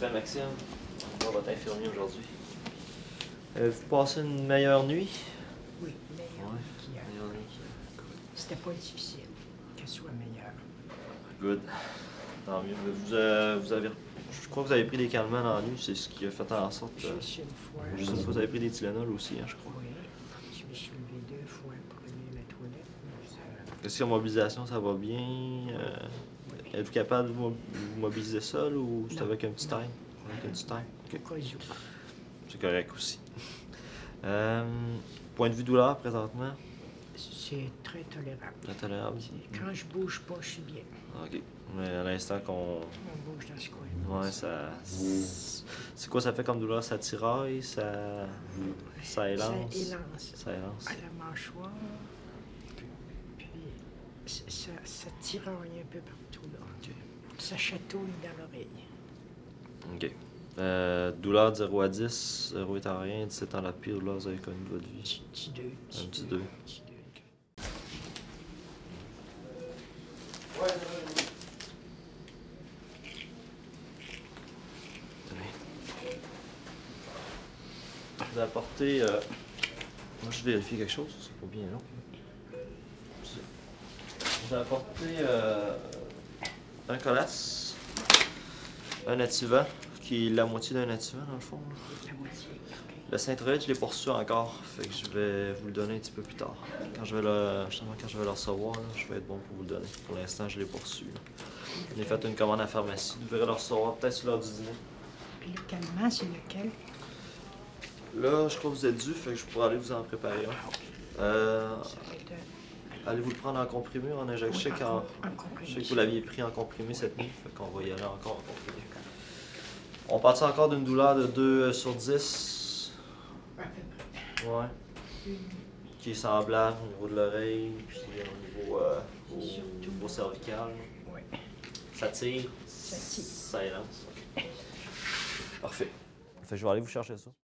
Ben Maxime, on va t'infirmer aujourd'hui. Euh, vous passez une meilleure nuit? Oui, meilleur qu'il y a. Meilleure nuit. C'était pas difficile qu'elle soit meilleure. Good. Tant mieux. Mais Vous, euh, vous avez... Je crois que vous avez pris des calmants dans la nuit, c'est ce qui a fait en sorte... euh, Juste une fois. Juste une fois, vous avez pris des Tylenol aussi, hein, je crois. Oui. Je me suis levé deux fois pour aller à la toilette. mais ça- Est-ce que la mobilisation, ça va bien? Euh, Êtes-vous capable de mo- vous mobiliser seul ou c'est Non. avec un petit time? Avec un petit time. Ok. Au cas où. C'est correct aussi. Euh, point de vue douleur, présentement, C'est très tolérable. c'est tolérable. Quand je bouge pas, je suis bien. Ok. Mais à l'instant qu'on... On bouge dans ce coin. Ouais, ça... C'est quoi ça fait comme douleur? Ça tiraille? Ça... Ça élance? Ça élance. Ça élance. À la mâchoire. Puis ça, ça, ça tiraille un peu partout. Là. Ok. Ça chatouille dans l'oreille. Ok. Euh, douleur de 0 à 10, 0 étant rien, 17 étant la pire douleur que vous avez connue de votre vie. Petit petit deux. Un petit deux. petit deux. Vous apportez... Euh... Moi, je vérifie quelque chose, c'est pas bien long. Vous apporté euh, un colasse, un nativant, qui est la moitié d'un nativant, dans le fond. là. La moitié. Le Saint-Troïde, je l'ai poursuivi encore, fait que je vais vous le donner un petit peu plus tard. Quand je vais le, justement, quand je vais le recevoir, là, je vais être bon pour vous le donner. Pour l'instant, je l'ai poursuivi. J'ai fait une commande à la pharmacie, vous verrez le recevoir peut-être sur l'heure du dîner. Puis le calmant, c'est lequel? Là, je crois que vous êtes dû, fait que je pourrais aller vous en préparer un. Euh, Ça va être un- allez-vous le prendre en comprimé ou en injection? Je sais Oui, qu'en- en- en comprimé. Je sais que vous l'aviez pris en comprimé cette nuit, fait qu'on va y aller encore en comprimé. On partit encore d'une douleur de 2 sur 10. à peu près. Ouais. Qui est semblable au niveau de l'oreille, puis au niveau euh, au, au cervical. Oui. Ça tire. Ça tire. Ça élance. Parfait. Fait que je vais aller vous chercher ça.